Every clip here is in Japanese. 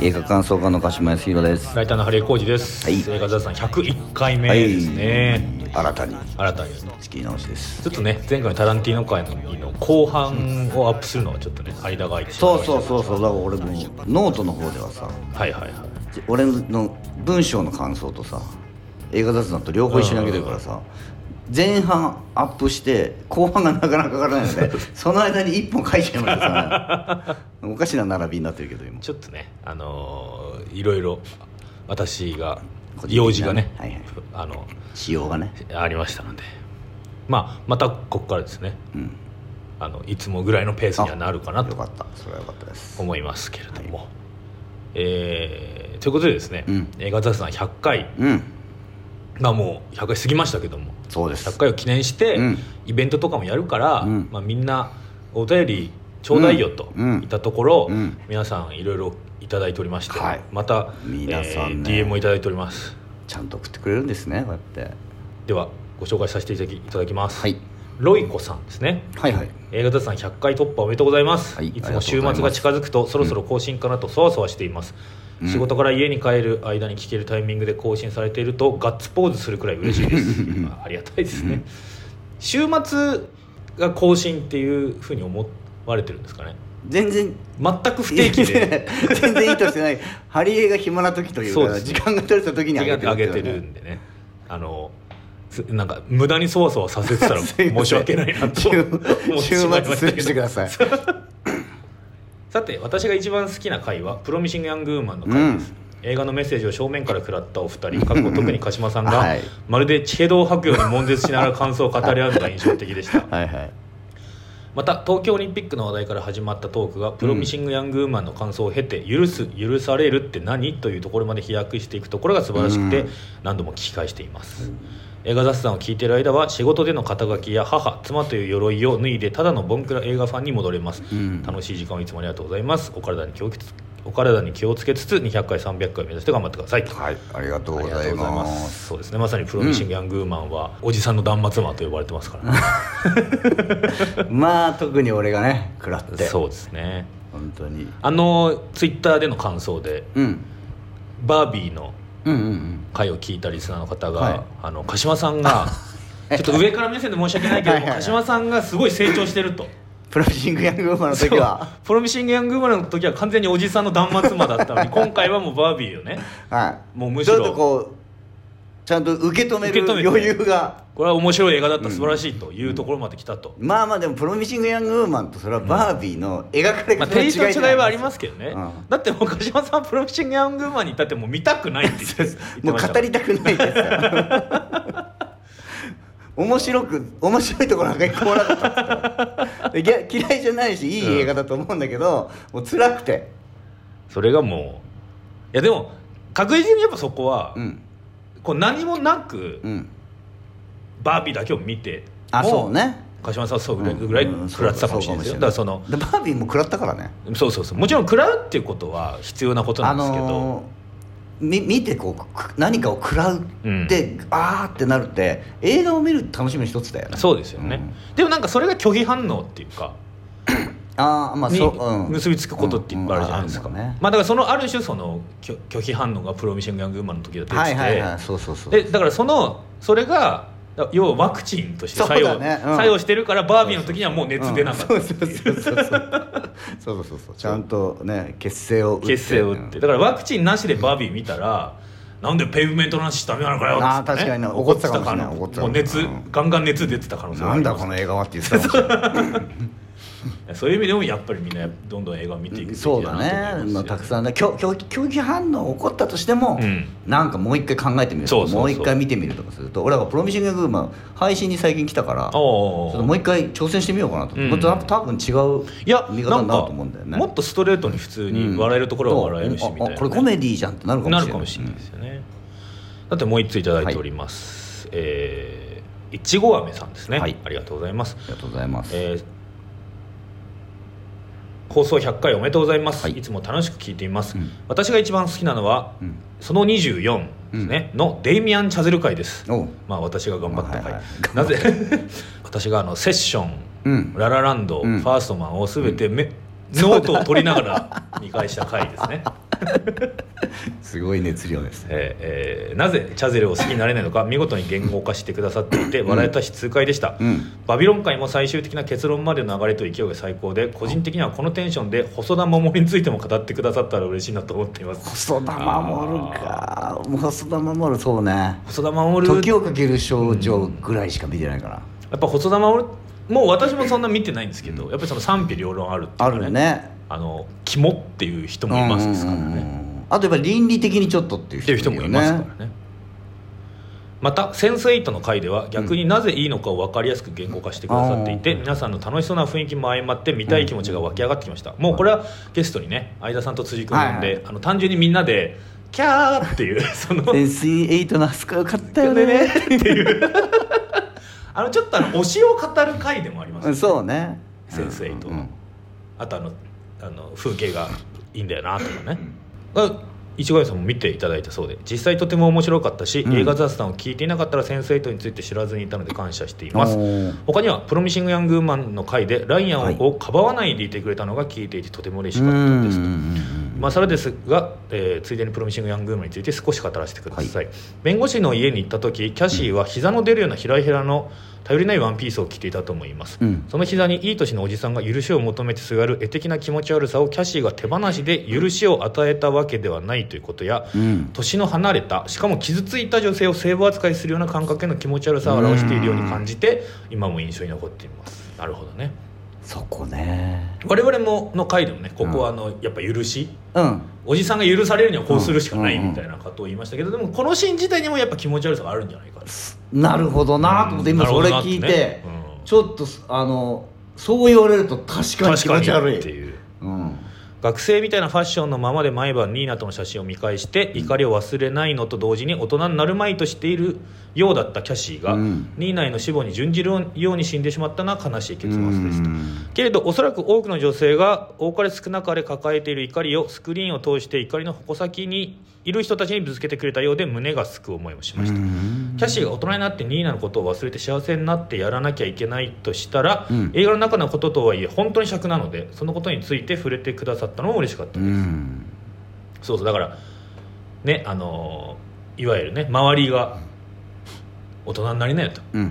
映画感想家の鹿島康弘です。ライターのハリー浩二です。はい映画雑談101回目ですね。新たに新たに。仕切り直しです。ちょっとね、前回のタランティーノ会の後半をアップするのはちょっとね、間が空いてしまそいうましたそうそうそう。だから俺もノートの方ではさ、はいはいはい。じ俺の文章の感想とさ、映画雑談と両方一緒にあげてるからさ。前半アップして後半がなかなかかからないので その間に一本書いちゃいましたさおかしな並びになってるけど今ちょっとね、あのーいろいろ私が個人的な用事がね、はいはいあの仕様がねありましたので、まあまたここからですね、うんあのいつもぐらいのペースにはなるかなよとかったそれはよかったです思いますけれども。えーということでですね、うん映画雑談100回うんまあもう100回過ぎましたけどもそうです100回を記念して、うんイベントとかもやるから、うんまあ、みんなお便りちょうだいよとうんうん言ったところ、うん皆さんいろいろいただいておりまして、はいまた、皆さんねえー DM をいただいておりますちゃんと送ってくれるんですねこうやってではご紹介させていただきいただきます、はいロイコさんですねはいはい映画雑談100回突破おめでとうございます、はいい、つも週末が近づくとそろそろ更新かなとそわそわしています、うん仕事から家に帰る間に聞けるタイミングで更新されているとガッツポーズするくらい嬉しいですま あありがたいですね週末が更新っていうふうに思われてるんですかね全然全く不定期で全然意図してないハリエが暇な時というかそうです時間が取れた時に時間あ上げげてるってていうるねんでねあのすなんか無駄にそわそわさせてたら申し訳ないなと思っ週てし週まいま末すしたけるどしてくださいさて私が一番好きな回は「プロミシング・ヤング・ウーマン」の回です、映画のメッセージを正面から食らったお二人過去特に鹿島さんが、 はいまるでチェドを吐くように悶絶しながら感想を語り合うのが印象的でしたはいはいまた東京オリンピックの話題から始まったトークが「プロミシング・ヤング・ウーマン」の感想を経て「許す許されるって何?」というところまで飛躍していくところが素晴らしくて、うん何度も聞き返しています、映画雑談を聞いている間は仕事での肩書きや母妻という鎧を脱いでただのボンクラ映画ファンに戻れます、うん楽しい時間をいつもありがとうございますお体に気をつけお体に気をつけつつ200回300回目指して頑張ってくださいはいありがとうごあざりいがとうございまますすそうですねまさにプロミシング・ヤング・ウーマンは、おじさんの断末魔と呼ばれてますからねまあ特に俺がね食らってそうですね本当にあのツイッターでの感想でうんバービーのうんうんうん回を聞いたリスナーの方が、はいあの鹿島さ んがちょっと上から目線で申し訳ないけどはいもはいはい鹿島さんがすごい成長してる と。プロシングヤングウーマンの時はそうプロミシング・ヤング・ウーマンの時は完全におじさんの断末魔だったのに今回はもうバービーよねはいもうむしろちょっとこうちゃんと受け止める受け止めて余裕がこれは面白い映画だった素晴らしいというところまで来たと、まあまあでもプロミシング・ヤング・ウーマンとそれはバービーの描かれまあ、方テイストのじゃな違いはありますけどね、うんだってもう鹿島さんはプロミシング・ヤング・ウーマンに至ってもう見たくないって言ってもう語りたくないですよ 面白く面白いところなんか一個もなかったっつっていや嫌いじゃないしいい映画だと思うんだけど、もう辛くてそれがもういやでも確実にやっぱそこは、うんこう何もなくうんバービーだけを見てあもそうね鹿島さんはそうぐらい,、うんぐらいうん食らってたかもしれないですよそうだからそそうかのもしれないでバービーも食らったからねそうそうそうもちろん食らうっていうことは必要なことなんですけど、ーみ見てこうく何かを食らうって、あーってなるって映画を見る楽しみの一つだよねそうですよね、でもなんかそれが拒否反応っていうかああまあにそう、うん、結びつくことっていっぱいあるじゃないですか、うんうんあるもんねまあだからそのある種その拒拒否反応がプロミシング・ヤング・ウーマンの時だってはいはいてはいそうそうそうでだからそのそれがだ要はワクチンとして作そ用,、うだねうん作用してるからバービーの時にはもう熱出なかったうんそうそうそうそうそうそうそうそうちゃんとね結成を打って血清を打ってだからワクチンなしでバービー見たらなんでペイブメントの話しためなのかよあーっつって確かにね怒ってたかもしれない怒ってたかももうしれない熱うんガンガン熱出てた可能性がなありんまだすこの映画はって言ってたかもしれないそういう意味でもやっぱりみんなどんどん映画を見て いくべきだなとそ思うだいますよね、まあ、たくさんね狂狂狂気反応起こったとしても、うんなんかもう一回考えてみるそうそうそうもう一回見てみるとかすると俺はプロミシング・グーマン配信に最近来たからちょおっうおうとおうもう一回挑戦してみようかなと、うんまた多分違ういや見な方んになるかと思うんだよねもっとストレートに普通に笑えるところは笑えるしうんみたいなあねあこれコメディじゃんってなるかもしれなないるかもしれないですよね、だってもう一ついただいております、えーいちご飴さんですね、はいありがとうございますありがとうございます、えー放送100回おめでとうございます、はいい、つも楽しく聞いています、うん私が一番好きなのは、うんその24ですね、のデイミアン・チャゼル会ですおうまあ私が頑張っはたい回、はいなぜ 私があのセッション、うんララランド、うんファーストマンを全てめ、ノートを取りながら見返した回ですねすごい熱量ですねえーえーなぜチャゼルを好きになれないのか見事に言語化してくださっていて笑えたし痛快でした、うんバビロン界も最終的な結論までの流れと勢いが最高で個人的にはこのテンションで細田守についても語ってくださったら嬉しいなと思っています細田守か細田守そうね細田守時をかける少女ぐらいしか見てないから、やっぱ細田守もう私もそんな見てないんですけどやっぱりその賛否両論あるっていあうかるねあの肝っていう人もいますからね、うんうんうんあとやっぱり倫理的にちょっとっていうっていう人もいますからるよねね。また「センス8」の回では逆になぜいいのかを分かりやすく言語化してくださっていて、うん皆さんの楽しそうな雰囲気も相まって見たい気持ちが湧き上がってきました、もうこれはゲストにね相田さんと辻君呼んで、はいはあの単純にみんなで「キャー!」っていう そのセンス8のあそこよかったよねっていうあのちょっとあの推しを語る回でもあります、うん そうねセンス8うんうんあとあのあの風景がいいんだよなとかねが市ヶ谷さんも見ていただいたそうで実際とても面白かったし、うん映画雑談を聞いていなかったら「センス8」について知らずにいたので感謝していうんますおー他には「プロミシング・ヤング・ウーマン」の回でライアンをかばわないでいてくれたのが聞いていてとても嬉しうんかっうたんでうすとん今更ですが、えーついでにプロミシング・ヤング・ウーマンについて少し語らせてください、弁護士の家に行った時キャシーは膝の出るようなひらひらの頼りないワンピースを着ていたと思います、うんその膝にいい年のおじさんが許しを求めてすがる絵的な気持ち悪さをキャシーが手放しで許しを与えたわけではないということやうん年の離れたしかも傷ついた女性を性暴扱いするような感覚への気持ち悪さを表しているように感じて今も印象に残っていますなるほどねそこね我々もの回でもねここはあのやっぱ許しうんおじさんが許されるにはこうするしかないみたいなことを言いましたけどでもこのシーン自体にもやっぱ気持ち悪さがあるんじゃないかなるほどなと思って今それなるほどなって聞いねてうんちょっとあのそう言われると確かに気持ち悪っていいううん学生みたいなファッションのままで毎晩ニーナとの写真を見返して怒りを忘れないのと同時に大人になるまいとしているようだったキャシーが、うんニーナへの死亡に準じるように死んでしまったのは悲しい結末でしたうんけれどおそらく多くの女性が多かれ少なかれ抱えている怒りをスクリーンを通して怒りの矛先にいる人たちにぶつけてくれたようで胸がすく思いもしました、うんキャシーが大人になってニーナのことを忘れて幸せになってやらなきゃいけないとしたら、うん映画の中のこととはいえ本当に尺なのでそのことについて触れてくださったのも嬉しかった、うんそうそうだからねあのーいわゆるね周りが大人になりなよとうんうん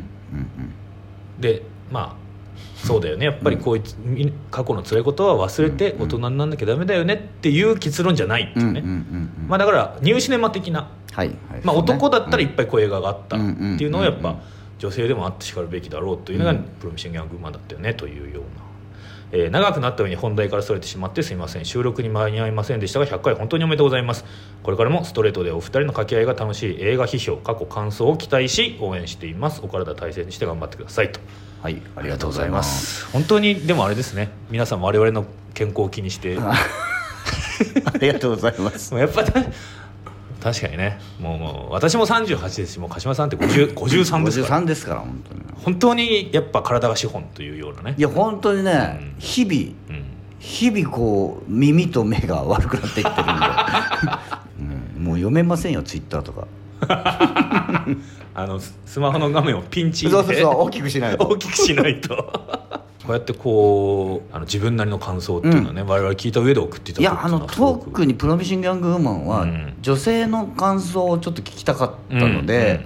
うんでまあそうだよねやっぱりこういつ、み過去の辛いことは忘れて大人にならなきゃダメだよねっていう結論じゃないってういんううんね、うんまあだからニューシネマ的なはいはいまあ、そうね男だったらいっうんぱいこういう映画があったっていうのをやっうんうんぱうん女性でもあってしかるべきだろうというのがうんプロミシング・ヤング・ウーマンだったよねというような、えー長くなったように本題からそれてしまってすみません収録に間に合いませんでしたが100回本当におめでとうございますこれからもストレートでお二人の掛け合いが楽しい映画批評過去感想を期待し応援していますお体大切にして頑張ってくださいとはいあありがとうございます本当にでもあれですね皆さん我々の健康を気にしてもありがとうございますうやっぱね確かにねもうもう私も38ですしもう鹿島さんって50 53ですから53ですから本当に本当にやっぱ体が資本というようなねいや本当にねうん日々うん日々こう耳と目が悪くなっていってるん で、うん、もう読めませんよツイッターとかあのススマホの画面をピンチでそうそうそう大きくしないと大きくしないと こうやってこうあの自分なりの感想っていうのはね、我々聞いた上で送っていたいだくっやてあうのはすごく特に「プロミシング・ヤング・ウーマン」は、うん女性の感想をちょっと聞きたかったので、、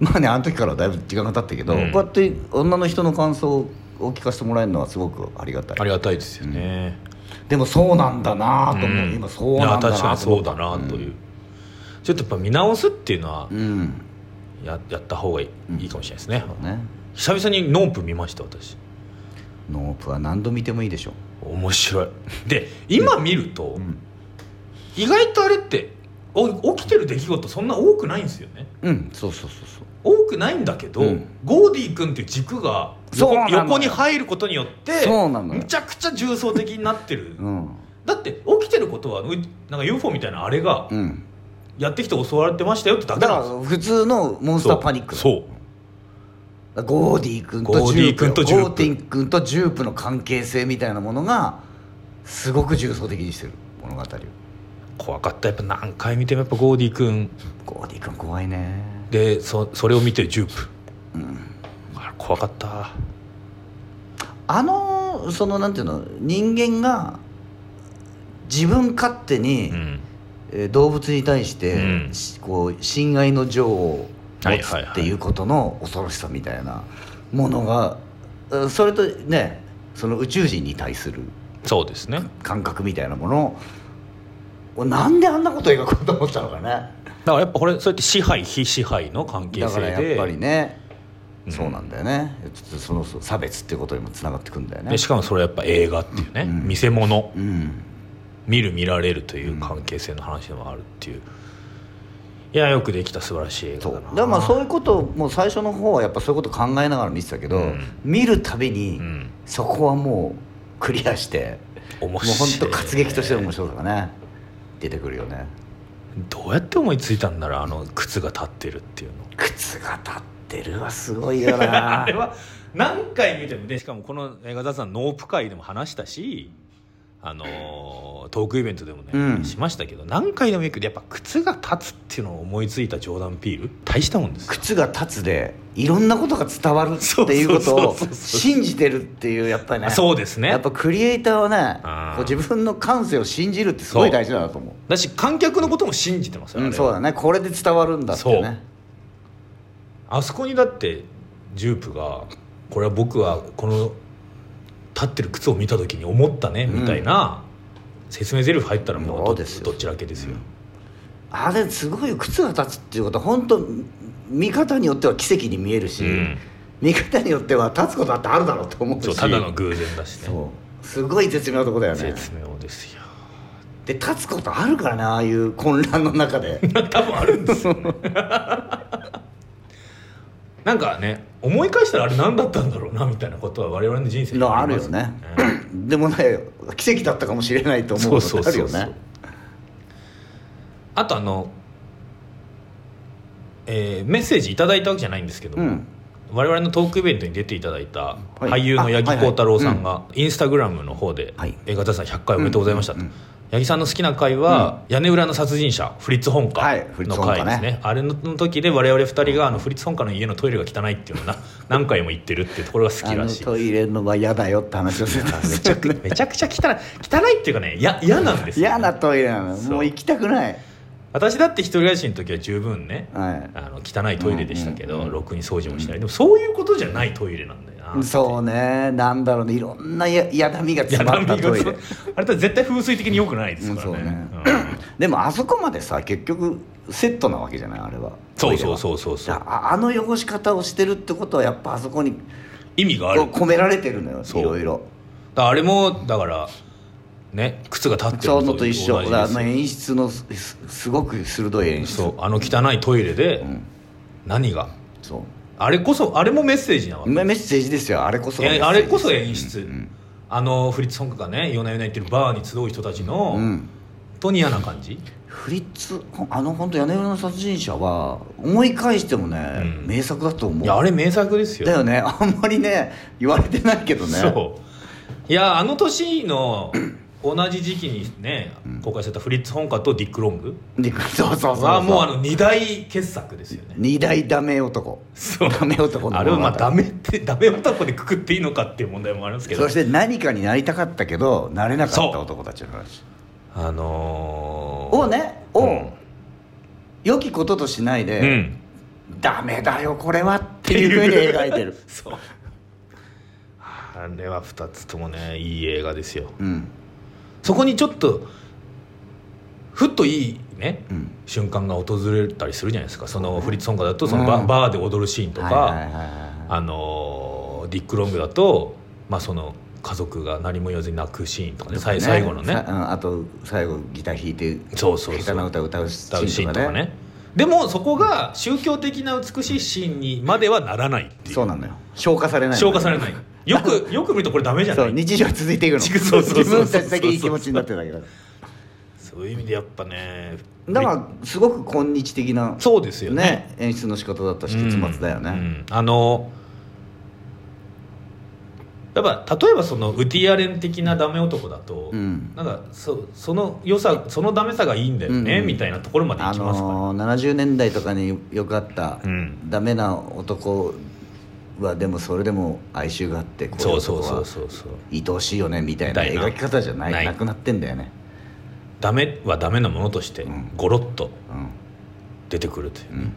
うんうんう んまあねあの時からはだいぶ時間が経ったけど、うんこうやって女の人の感想を聞かせてもらえるのはすごくありがたいありがたいですよね、でもそうなんだなと思う、うん今そうなんだいや確かなにとそ思うっただなという、ちょっとやっぱ見直すっていうのはうん、ややった方がいうんいいいかもしれないですね、ね久々にノープ見ました私ノープは何度見てもいいでしょ 面白いで今見ると、う、うん意外とあれってお起きてる出来事そんな多くないんですよねそうそうそうそう多くないんだけど、うんゴーディー君っていう軸がそう横なのよ横に入ることによってそうなのよむちゃくちゃ重層的になってる、うんだって起きてることはうなんか UFO みたいなあれがうんやってきて襲われてましたよってだだけかなんらです普よ通のモンスターパニックだそうそうゴーディー君とジュープゴーディー君とジュープゴーディー君とジュープの関係性みたいなものがすごく重層的にしてる物語を怖かったやっぱ何回見てもやっぱゴーディー君ゴーディー君怖いねでそそれを見てるジュープうんあれ怖かったあのそのなんていうの人間が自分勝手に、うんえー動物に対して、うんしこう侵害の情をは持いつはいはいっていうことの恐ろしさみたいなものが、うんそれとねその宇宙人に対するそうですね感覚みたいなものをなんであんなことを描こうと思ったのかねだからやっぱこれそうやって支配非支配の関係だか性らでやっぱりね、うんそうなんだよねちょっとそのそう差別っていうことにもつながってくんだよねでしかもそれはやっぱ映画っていうね、うん見せ物うん見る見られるという関係性の話でもあるっていう、いやよくできた素晴らしい映そ画うだだなからまあそういうことをもう最初の方はやっぱそういうこと考えながら見てたけど、うん見るたびに、うん、そこはもうクリアして面もう白本い当活劇としての面白さがね出てくるよねどうやって思いついたんだろうあの靴が立ってるっていうの靴が立ってるはすごいよなあれは何回見てもねしかもこの映画雑談ノープ会でも話したしあのートークイベントでもね、うんしましたけど何回でも行くやっぱ靴が立つっていうのを思いついたジョーダン・ピール大したもんです よ靴が立つでいろんなことが伝わるっていうことをそうそうそうそう信じてるっていうやっぱりねあそうですねやっぱクリエイターはねあーこう自分の感性を信じるってすごい大事だなと思うだし観客のことも信じてますよ、うあん、れそうだねこれで伝わるんだってねあそこにだってジュープがこれは僕はこの立ってる靴を見た時に思ったねみたいな、説明ゼリフ入ったらもうそどうですよどっちらけですよ、あれすごい靴が立つっていうことは本当見方によっては奇跡に見えるし、うん見方によっては立つことだってあるだろうと思うしそうただの偶然だしねそうすごい絶妙なとこだよね絶妙ですよで立つことあるからねああいう混乱の中で多分あるんです よ、ね、なんかね思い返したらあれ何だったんだろうなみたいなことは我々の人生にのあるりまよすねでもね奇跡だったかもしれないと思うそのっうてそあうるよそうそうねあとあの、えーメッセージいただいたわけじゃないんですけど、うん我々のトークイベントに出ていただいたはい俳優のあ八木はいはい幸太郎さんがインスタグラムの方ではい「映画雑談100回おめでとうございました」とうんうん八木さんの好きな回は「屋根裏の殺人者フリッツ・ホンカはい」フリッのツホンカね回ですねあれの時で我々2人があのフリッツ・ホンカの家のトイレが汚いっていうのをな 何回も言ってるっていうところが好あきらのしいトイレのは嫌だよって話をしてたんめちゃでくめちゃくちゃ汚い汚いっていうかねや嫌なんですよ嫌なトイレなのそうもう行きたくない、私だって一人暮らしの時は十分ねはあの汚いトイレでしたけうんどうん、ろくに掃除もしないでもそういうことじゃないトイレなんだよないそうねなんだろうねいろんなややだみがいや詰まったトイレあれと絶対風水的に良くないですからね,、うんそうねでもあそこまでさ結局セットなわけじゃないあれはそうそううそうそうそうああの汚し方をしてるってことはやっぱあそこに意味があるだかこう込められてるのよそういろいろらあれもだからね靴が立ってるそうのと一緒同じだからであすの演出のすすすごく鋭い演出そうあの汚いトイレでん何が、そうあれこそあれもメッセージなわけメメッセージですよあれこそがメッえセーあジでれすこそ演出、うんあのフリッツ・ソンクがね夜な夜な言ってるバーに集う人たちの、うんうん本当に嫌な感じフリッツあの本当屋根裏の殺人者は思い返してもね、うん名作だと思ういやあれ名作ですよだよねあんまりね言われてないけどねそういやあの年の同じ時期にね公開されたフリッツ・ホンカとディック・ロングでそうそうそうそうはもうあの二大傑作ですよね二大ダメ男そうダメ男のあれはまあ物語ダメってダメ男でくくっていいのかっていう問題もあるんですけどそして何かになりたかったけどなれなかそうった男たちの話あのー、をねうを、ん良きこととしないうで、んダメだよこれはっていうふうに描いて るそうあれは2つともねいい映画ですようんそこにちょっとふっといいねうん瞬間が訪れたりするじゃないですかそのフリッツ・ソンガだとそのバ,、うんバーで踊るシーンとか、はいはいはいはあのーディック・ロングだと、まあ、その家族が何も言わずに泣くシーンとかいねさい最後のさねうんあと最後ギター弾いてそうそうそう下手な歌を歌うシ歌うシーーンンととかかねねでもそこが宗教的な美しいシーンにまではならないっていうそうなのよ消化されない消化されないいよくよく見るとこれダメじゃなそうい日常は続いていくの そうそうそうそう自分たちだけいい気持ちになってるだけだかそういう意味でやっぱねらだからすごく今日的なそうですよねね演出の仕方だったし結末だよね、うんうんあのやっぱ例えばそのウティアレン的なダメ男だと、うんなんかそその良さそのダメさがいいんだよね、うんみたいなところまでいあきますから、のー、70年代とかによくあった、うんダメな男はでもそれでも哀愁があってこういそううそう男そはうそうそう愛おしいよねみたいなみたいな描き方じゃないないなくなってんだよねダメはダメなものとしてうんゴロッとうん出てくるという、うん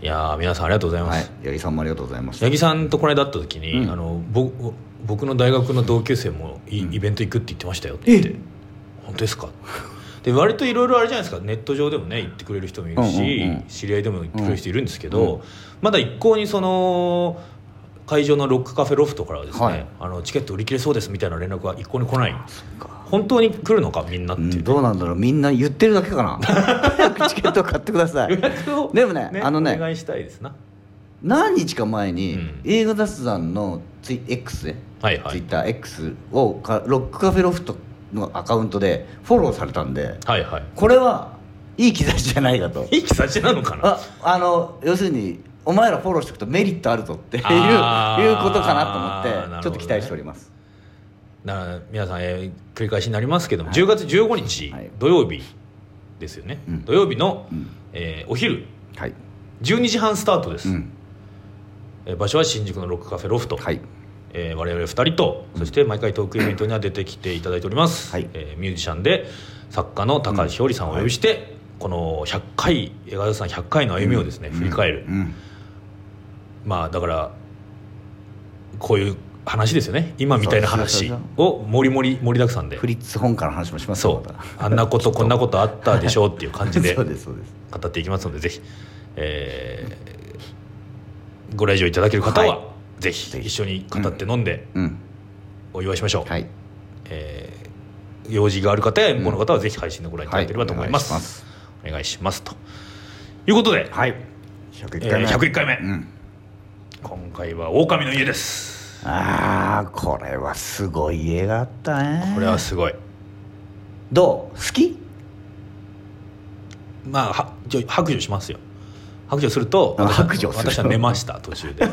いやー皆さんありがとうございまはす、い八木さんもありがとうございました八木さんとこの間会った時に、うんあのぼ僕の大学の同級生もイ,、イベント行くって言ってましたよって言って本当ですかで割といろいろあれじゃないですかネット上でもね行ってくれる人もいるし、うんうんうん知り合いでも行ってくれる人いるんですけど、うまだ一向にその会場のロックカフェロフトからはですね、はいあのチケット売り切れそうですみたいな連絡が一向に来ないそっか本当に来るのかみんなっうていう、んどうなんだろうみんな言ってるだけかな早 くチケット買ってくださ予い約をでも ねあのねお願いしたいですな何日か前に、うん映画雑談のツイ X で、はいはツイいッター X をかロックカフェロフトのアカウントでフォローされたんではいはいこれはいい兆しじゃないかといい気さしなのかなああの要するにお前らフォローしておくとメリットあるぞっていういうあーことかなとなるほ思どっねてちょっと期待しております、だから皆さん、えー繰り返しになりますけども、10月15日はい土曜日ですよね、うん土曜日の、うんえーお昼はい、 12時半スタートです、うん、えー場所は新宿のロックカフェロフト、はいえー我々2人とそして毎回トークイベントには出てきていただいております、はいえーミュージシャンで作家の高橋ひょりさんをお呼びして、この100回江川さん100回の歩みをですね、振り返る、うんまあだからこういう話ですよね今みたいな話そうそうをもりもり盛りだくさんでフリッツ本から話もしますよそうあんなことこんなことあったでしょうっていう感まじた でそうですそうです語っていきますのでぜひ、えーご来場いただける方は、はぜひぜひ一緒に語って飲んでうんお祝いしましょう、はいえー用事がある方や遠方の方はぜひ配信でご覧いただければと思います,、はいお願いしますということで、はい101え回目、ー101回目、うん今回は狼の家ですああこれはすごい家があったねこれはすごいどう好きまあはじゃあ白状しますよ白状するとあ私は白状する私は寝ました途中で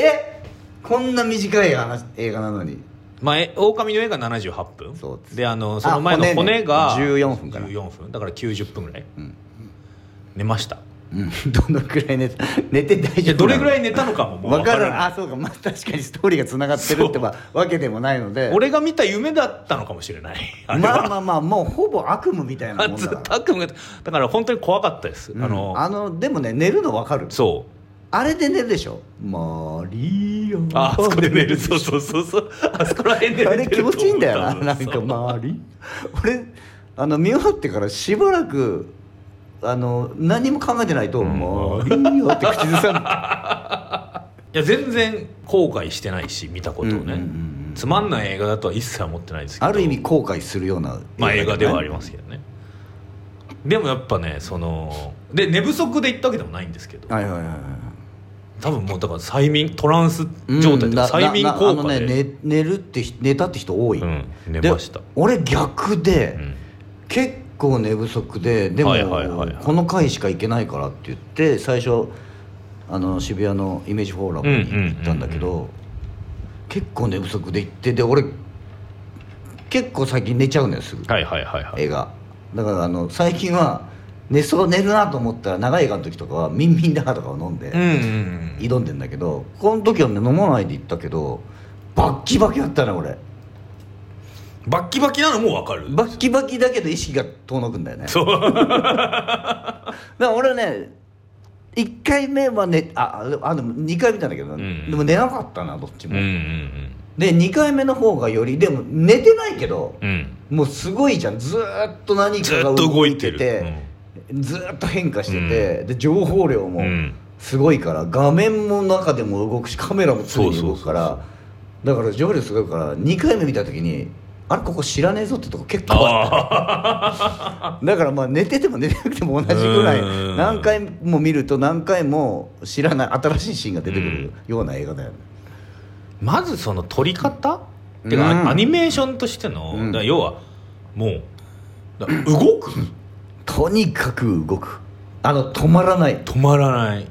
えこんな短い話映画なのにまあえ狼の絵が78分そうですであのその前のあ骨ね骨が14分から14分だから90分ぐらい、うん寝ましたうん どのくらい寝た寝て大い丈や夫どれぐらいい寝たのかももう分分かかららなないいあそうかまあ確かにストーリーがつながってるってわわけでもないので俺が見た夢だったのかもしれないあれは、まあまあまあもうほぼ悪夢みたいなもんずっだかとら悪夢がだから本当に怖かったです、うんあのあのでもね寝るの分かるそうあれで寝るでしょマリアああそこで寝るそうそうそうそうあそこら辺であ寝れて気ると思持うちいいんだよな多分なんか そう周り俺あの見終わってからしばらくあの何も考えてないと「うん周りよ」って口ずさいや全然後悔してないし見たことをね、うんうんうんうんつまんない映画だとは一切思ってないですけむどある意味後悔するようなまあ映画ではありますすけどねでもやっぱねそので寝不足で行ったわけでもないんですけどはいはいはいはい多分もうだから催眠トランスうん状態となか催眠な効あの果ねで、寝寝るってひ寝たって人多い、うん、寝でました、俺逆で、うん結構寝不足ででも、はいはいはいはいこの回しか行けないからって言って最初あの渋谷のイメージフォーラムに行ったんだけど、うん結構寝不足で行ってで俺結構最近寝ちゃうのよすぐ、はいはいはいはい映画だからあの最近は寝そう寝るなと思ったら長い映画の時とかはミンミンダーとかを飲んで、うんうんうん挑んでんだけどこの時はね飲まないで行ったけどバッキバキだったね俺バッキバキなのもう分かるバッキバキだけど意識が遠のくんだよねそうだから俺ね1回目はねああでもあでも2回見たんだけど、んでも寝なかったなどっちうんも、うんで2回目の方がよりでも寝てないけどうんうんもうすごいじゃんずーっと何かずっがと動いてるずーっと変化してて、で情報量もうんすごいから画面も中でも動くしカメラも常に動くからそうだから情報量すごいから2回目見た時にあれここ知らねえぞってとこ結構あっただからまあ寝てても寝てなくても同じぐらいうん何回も見ると何回も知らない新しいシーンが出てくるような映画だよね。まずその撮り方、うんてかアアニメーションとしての、うんだから要はもうだから動くとにかく動くあの止まらない止まらない、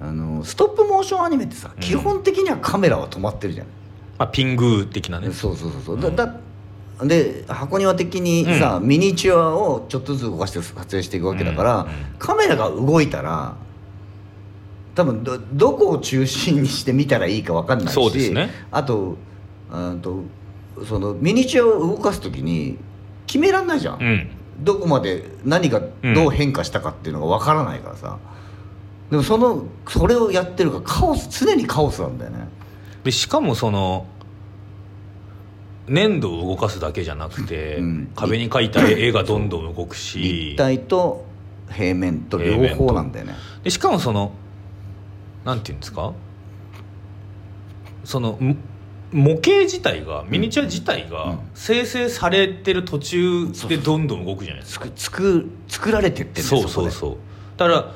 あのストップモーションアニメってさ、うん基本的にはカメラは止まってるじゃんまあ、ピング的なねそうそうそうそう、うんだだで箱庭的にさ、ミニチュアをちょっとずつ動かして撮影していくわけだから、うんカメラが動いたら多分どどこを中心にして見たらいいか分かんないしそうですねあとあとそのミニチュアを動かす時に決めらんないじゃん、うんどこまで何がどう変化したかっていうのが分からないからさ、でもそのそれをやってるからカオス常にカオスなんだよねでしかもその粘土を動かすだけじゃなくて、うん壁に描いた絵がどんどん動くし立体と平面と両方なんだよねでしかもそのなんていうんですかそのも模型自体がミニチュア自体うがん生成されてる途中でどんどん動くじゃないですかつくつく作られてってんだそようそうこそうだから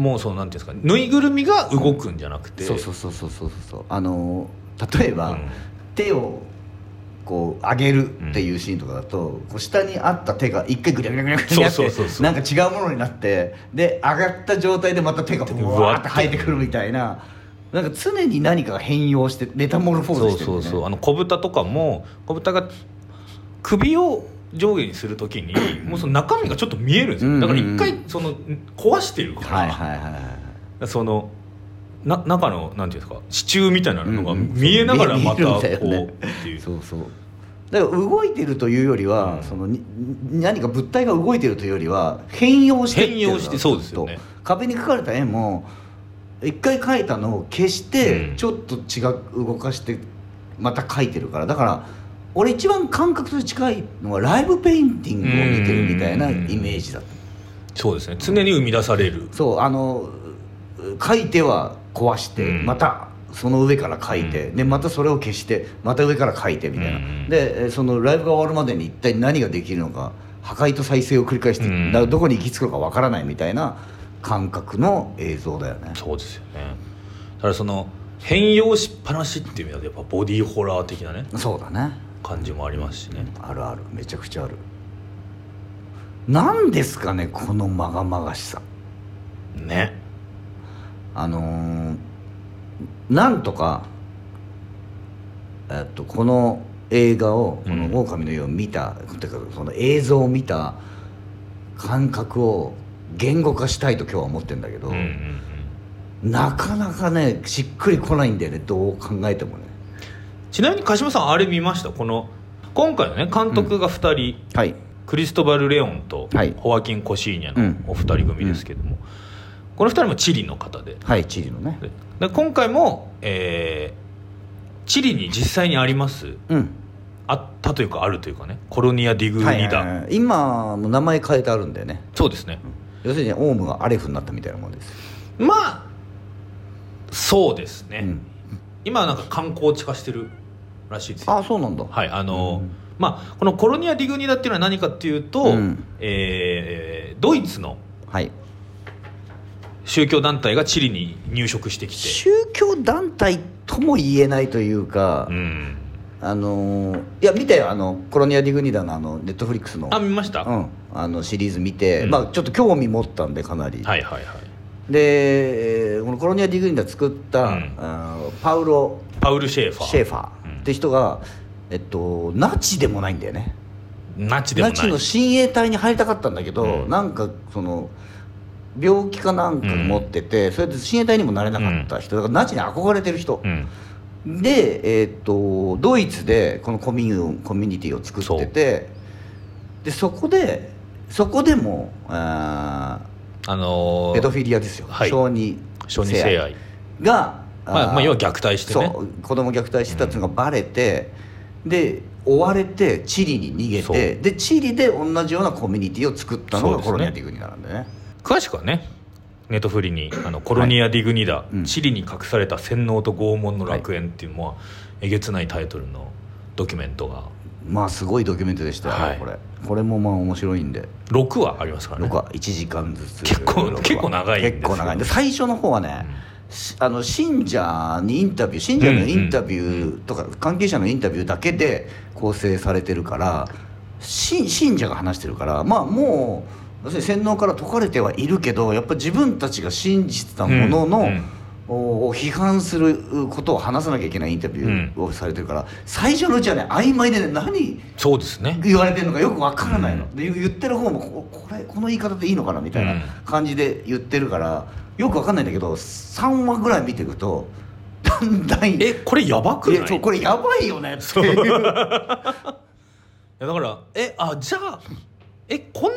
もうそのなんていうんですかぬいぐるみが動くんじゃなくてでそうそううそうそうそうそうあのー例えば、ん手をこう上げるっていうシーンとかだと、こう下にあった手が一回ぐりゃぐりゃぐりゃぐりゃってそうそうそうそうなんか違うものになってで上がった状態でまた手がブワーって生えてくるみたいななんか常に何かが変容してメタモルフォーそズうしてるそんうだよねそうあの小豚とかも小豚が首を上下にする ときにもうその中身がちょっと見えるんですうんようんうだから一ん回その壊してるから、はいはいはいはいそのな中のなんていうんですか支柱みたいなのがうんうん見えながらそうまたこうっ見てえるんだよねいうそうそうだから動いてるというよりは、うんそのに何か物体が動いてるというよりは変容してってるの変容してそうですよね壁に描かれた絵も一回描いたのを消して、うんちょっと違う動かしてまた描いてるからだから俺一番感覚と近いのはライブペインティングを見てるみたいなイメージだった、そうですね常に生み出されるそうあの描いては壊して、うんまたその上から描いて、うんでまたそれを消してまた上から描いてみたいな、うんでえそのライブが終わるまでに一体何ができるのか破壊と再生を繰り返して、うんだからどこに行き着くのかわからないみたいな感覚の映像だよねそうですよねだからその変容しっぱなしっていう意味ではやっぱボディーホラー的なねそうだね感じもありますしねあるあるめちゃくちゃあるなんですかねこのまがまがしさねあのーなんとか、えっと、この映画をこうんの「狼の家」を見た、てかその映像を見た感覚を言語化したいと今日は思ってるんだけど、うんうんうんなかなかねしっくりこないんだよねどう考えてもねちなみに鹿島さんあれ見ましたこの今回のね監督が2人、はいクリストバル・レオンとはいホワキン・コシーニャうんのお二人組ですけども、この2人もチリの方ではいチリのねでで今回も、えーチリに実際にありますうんあったというかあるというかねコロニア・ディグニダ、はいはいはい今も名前変えてあるんだよねそうですね要するにオウムがアレフになったみたいなもんです、まあそうですね、うん、今はなんか観光地化してるらしいですよああそうなんだはいあのーうんまあこのコロニア・ディグニダっていうのは何かっていうと、うんえードイツのはい宗教団体がチリに入植してきて宗教団体とも言えないというか、うん、あのーいや見たよあのコロニア・ディグニダのあのネットフリックスの,、あ見ました、うはいん、あのシリーズ見て、うんまあ、ちょっと興味持ったんでかなり、はいはいでえーこのコロニア・ディグニダ作った、うんあーパウロ・パウル・シェーファーシェーファうんーって人が、えっと、ナチでもないんだよねナチでもナないチの親衛隊に入りたかったんだけど、うんなんかその病気かなんか持ってて、それで親衛隊にもなれなかった人だからナチに憧れてる人、うんで、えー、とドイツでこのコミュニコミュニティを作っててでそこでそこでもああのーーペドフィリアですよ、はい小児小児性愛が、まあ、まあ要は虐待してねそう子供虐待してたっていうのがバレて、で追われてチリに逃げそうてでチリで同じようなコミュニティを作ったのそがうですねコロニアティグニダなんでね詳しくはねネットフリにあの「コロニア・ディグニダ、うんチリに隠された洗脳と拷問の楽園」っていう、もうえげつないタイトルのドキュメントがまあすごいドキュメントでしたよ、はいこれこれもまあ面白いんで6話ありますからね僕は1時間ずつ結構録画結構長いんですよ結構長いんで最初の方はね、しあの信者にインタビュー信者のインタビューとか関係者のインタビューだけで構成されてるから信信者が話してるからまあもう要するに洗脳から解かれてはいるけどやっぱ自分たちが信じてたものの、うんうんおを批判することを話さなきゃいけないインタビューをされてるから、最初のうちはね曖昧でね何そうですね言われてるのかよくわからないの、うんで言言ってる方もここれこの言い方でいいのかなみたいうんな感じで言ってるからよくわかんないんだけど3話ぐらい見ていくとだんだんえこれやばくないえそうこれやばいよねっていういやだからえあじゃあえこん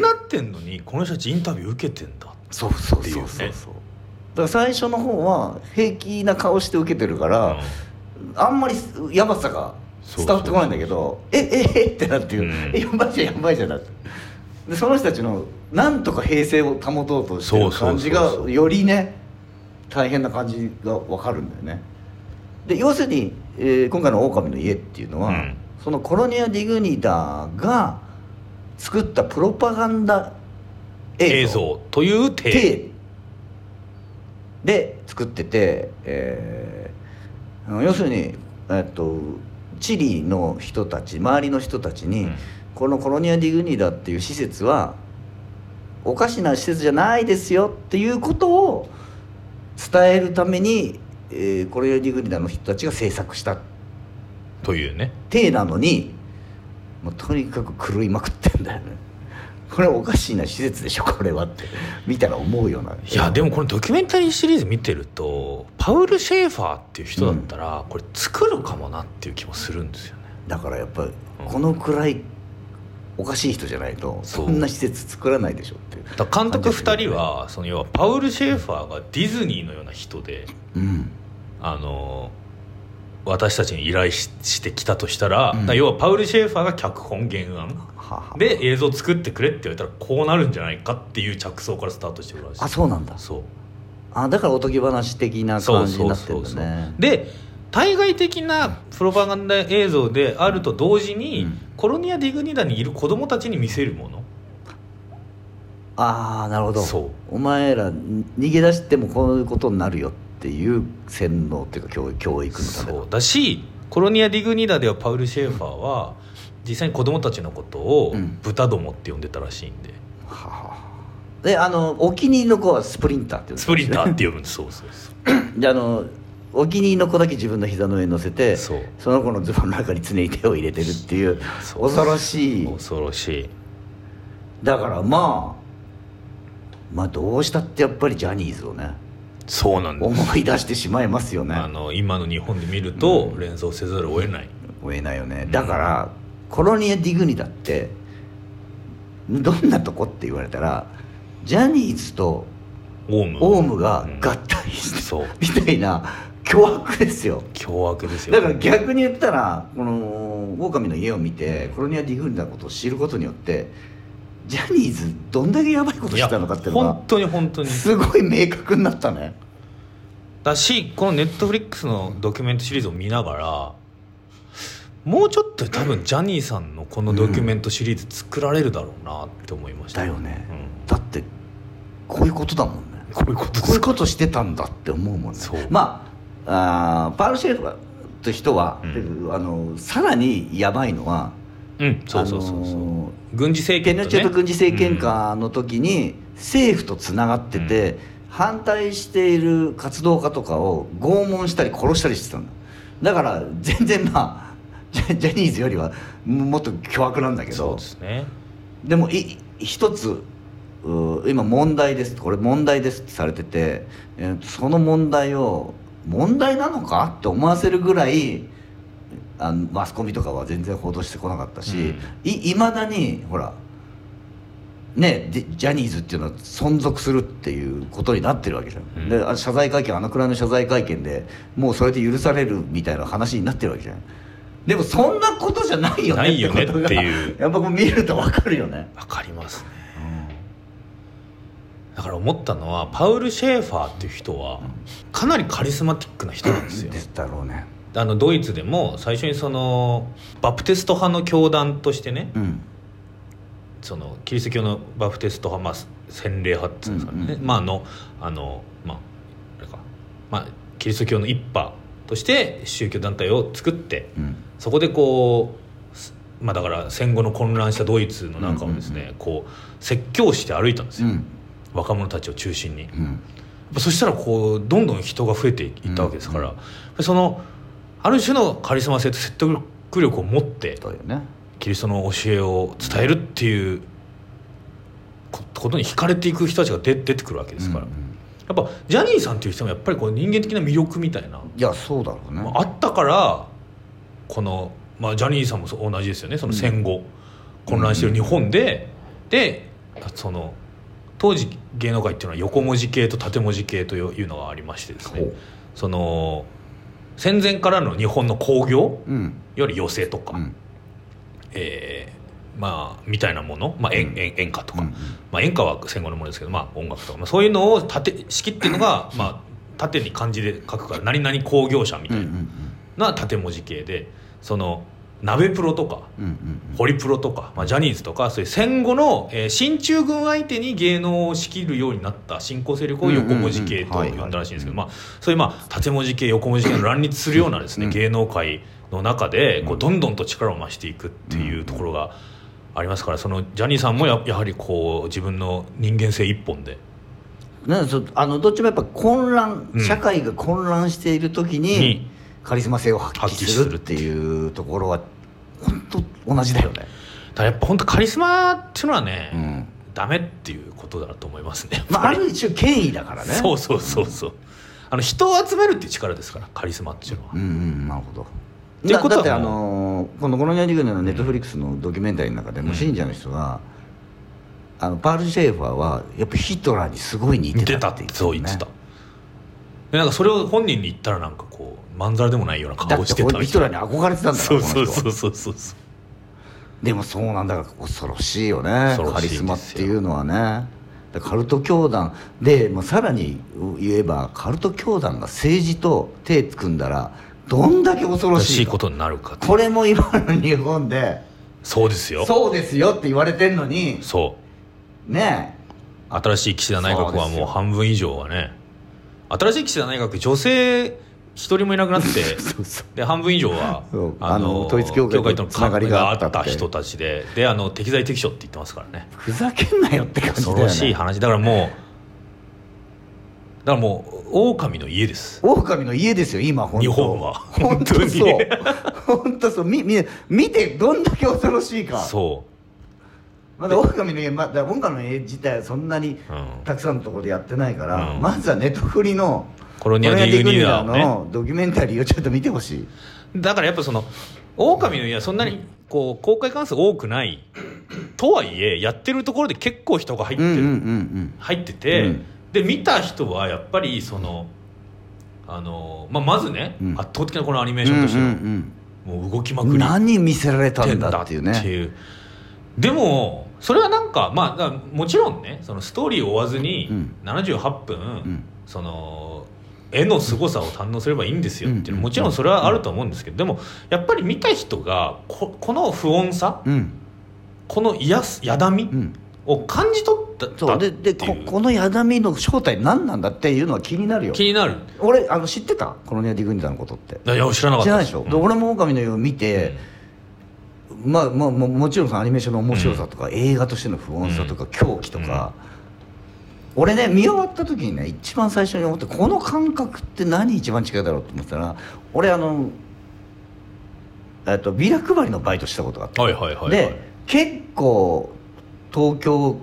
ななってんのにこの人たちインタビュー受けてんだっそうそうていうねそうそうそうだから最初の方は平気な顔して受けてるから、あんまりやばさが伝わってこないんだけど「ええええっ?」てなっていううん「えやばいじゃんやばいじゃん」だってでその人たちのなんとか平静を保とうとしてそうるそうそう感じがよりね大変な感じが分かるんだよねで要するに、えー今回の「狼の家」っていうのは、うんそのコロニア・ディグニダーが作ったプロパガンダ映像という体手で作ってて、えーあの要するに、えっと、チリの人たち周りの人たちに、うんこのコロニア・ディグニダっていう施設はおかしな施設じゃないですよっていうことを伝えるために、えーコロニア・ディグニダの人たちが制作したというね体なのにもうとにかく狂いまくってんだよね。これおかしいな施設でしょこれはって見たら思うようないやでもこのドキュメンタリーシリーズ見てるとパウル・シェーファーっていう人だったら、これ作るかもなっていう気もするんですよねだからやっぱりうんこのくらいおかしい人じゃないとそうそんな施設作らないでしょっていうだから監督2人はその要はパウル・シェーファーがディズニーのような人でうんあの私たちに依頼ししてきたとしたら,、うんだから要はパウル・シェーファーが脚本原案ははで映像作ってくれって言われたらこうなるんじゃないかっていう着想からスタートしてるらしいあそうなんだそうあだからおとぎ話的なそ感うじそにうなってそるんうだそうねで対外的なプロパガンダ映像であると同時に、うんコロニア・ディグニダにいる子供たちに見せるものああなるほどそうお前らに逃げ出してもこういうことになるよっていう洗脳っていうか教育教育のためそのうだしコロニア・ディグニダではパウル・シェーファーは実際に子供たちのことをうん豚どもって呼んでたらしいんで、ははであのお気に入りの子はスプリンターって言うんですスプリンターって呼ぶんですそうそうそうであのお気に入りの子だけ自分の膝の上に乗せてそうその子のズボンの中に常に手を入れてるっていうそう恐ろしい恐ろしいだからまあまあどうしたってやっぱりジャニーズをねそうなんです、思い出してしまいますよあねの今の日本で見ると連想せざるを得ない、追えないよねだからコロニア・ディグニだってどんなとこって言われたらジャニーズとオウムオウムがうん合体してそうみたいな巨悪ですよ凶悪ですよだから逆に言ったらこの「狼の家」を見てコロニア・ディグニダのことを知ることによってジャニーズどんだけやばいことしてたのかっていういやの本当に本当がにすごい明確になったねだしこのネットフリックスのドキュメントシリーズを見ながらもうちょっと多分ジャニーさんのこのドキュメントシリーズ作られるだろうなって思いました、だよねうんだってこういうことだもんねこういうことでこういすうことしてたんだって思うもんねそうまああーパール・シェーファーって人は、うあのさらにやばいのはうんそうそうそうそあう、のー軍事政ペ権ニと、ョね、チェト軍事政権下の時に政府とつながってて、反対している活動家とかを拷問したり殺したりしてたんだだから全然まあジャジャニーズよりはもっと巨悪なんだうけんそうどですねでもい一つう今問題ですこれ問題ですってされてて、えーその問題を問題なのかって思わせるぐらいあのマスコミとかは全然報道してこなかったうんしいま、未だにほらねジジャニーズっていうのは存続するっていうことになってるわけじゃん、うんであ謝罪会見あのくらいの謝罪会見でもうそれで許されるみたいな話になってるわけじゃんでもそんなことじゃないよなねっいてよこねとがっていうやっぱこう見るとわかるよね、わかりますねだから思ったのはパウル・シェーファーっていう人はかなりカリスマティックな人なんですよですだろうねあのドイツでも最初にそのバプテスト派の教団としてねうんそのキリスト教のバプテスト派、まあ、洗礼派っていうんですかね、うんうんまああのあのまああれか、まあ、キリスト教の一派として宗教団体を作ってうんそこでこうすまあだから戦後の混乱したドイツの中をですね、うんうんこう説教して歩いたんですうよ、ん若者たちを中心に。うんそしたらこうどんどん人が増えていったわけですから、そのある種のカリスマ性と説得力を持ってだよねキリストの教えを伝えるっていうこことに惹かれていく人たちが出出てくるわけですから、うんやっぱジャニーさんっていう人もやっぱりこう人間的な魅力みたいな、いやそうだろうね、まあ、あったからこの、まあ、ジャニーさんもそう同じですよねその戦後、混乱してる日本で、でその当時芸能界っていうのは横文字系と縦文字系というのがありましてですねほうその戦前からの日本の興行うんいわゆる寄席とか、うんえーまあみたいなもの、まあ、演演演歌とか、うんまあ、演歌は戦後のものですけど、まあ、音楽とか、まあ、そういうのを縦式っていうのが、まあ、縦に漢字で書くから何々興行者みうんうたいんな縦文字系でその鍋プロとかうんうんホリプロとか、まあ、ジャニーズとかそういう戦後の、えー進駐軍相手に芸能を仕切るようになった新興勢力を横文字系とうんうんうんはい呼んだらしいんですけど、まあ、そういう、まあ、縦文字系横文字系の乱立するようなですね、うん芸能界の中でこうどんどんと力を増していくっていうところがありますからそのジャニーさんもややはりこう自分の人間性一本でなんかそあのどっちもやっぱ混乱、うん社会が混乱している時ににカリスマ性を発揮発揮すするるっってていうところは本当同じだよね、ただやっぱ本当カリスマっていうのはね、うんダメっていうことだと思いますね。まあ、ある種権威だからねそうそうそうそうあの人を集めるっていう力ですからカリスマっていうのはうんうんなるほどていうことはだだってあもうのーこの「コロニアリグネ」のネットフリックスのドキュメンタリーの中でも、信者の人があのパール・シェーファーはやっぱヒトラーにすごい似似ててたたっってて言ってたそう言ってたでなんかそれを本人に言ったらなんかこうまんざらでもないようなだ顔っしててたこれみヒトたラいーにな憧れてたんだからそうそうこの人はそうそうそうそうでもそうなんだから恐ろしいよね恐ろカしいリですスよマっていうのはねだからカルト教団で、まあ、さらに言えばカルト教団が政治と手組んだらどんだけ恐ろ正ししいいかことになるかとこれも今の日本でそうですよそうですよって言われてんのにそうね新しい岸田内閣そうはですもうよ半分以上はね新しい岸田内閣女性一人もいなくなって そうそうで半分以上はそうあの統一教会ととのつながりがあったって関係があった人たちでであの適材適所って言ってますからねふざけんなよって感じだ恐よねろしい話だからもうだからもう狼の家です狼の家ですよ今本当日本は本当にそう本当そうみみ見てどんだけ恐ろしいかそまだ狼の家まだ狼の家自体はそんなにう、うん、たくさんのところでやってないから、うんまずはネトフリのコロニア・ディグニダーコロをニアディグニダねのドキュメンタリーをちょっと見てほしいだからやっぱその狼の家はそんなにこう公開関数多くないとはいえやってるところで結構人が入ってる、ん入ってて、うんで見た人はやっぱりそのあの、まあ、まずね、うん圧倒的なこのアニメうーションとしての、んもう動きまうんくうんり何見せられたってんんだだっってていいううねねでもそれはなんかまあだからもちろんねそのストーリーを追わずにうん78分、んその絵の凄さを堪能すればいいんですよっていうのうんもちろんそれはあると思うんですけどでもやっぱり見た人がここの不穏さうんこのやすやだみうんを感じ取ったそうっていでうでここのやだみの正体何なんだっていうのは気になるよ気になる俺あの知ってたコロニア・ディグニダーのことっていや知らなかった知らないでしょ、で俺も狼の家を見て、まあまあももちろんそのアニメーションの面白さとか、映画としての不穏さとか、狂気とか、俺ね見終わった時にね一番最初に思ってこの感覚って何一番近いだろうと思ってたら俺あのえっとビラ配りのバイトしたことがあって、はいはいはいはいで結構東京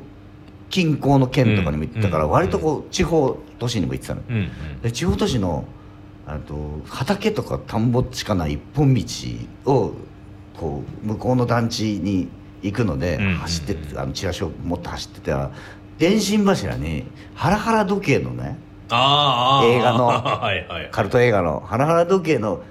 近郊の県とかにも行ったから、うん割とこう地方都市にも行ってたの、うんうんで地方都市のあと畑とか田んぼしかない一本道をこう向こうの団地に行くので、うん走ってってあのチラシを持って走ってたら電信柱にハラハラ時計のねあーあー映画のは いはいカルト映画のハラハラ時計の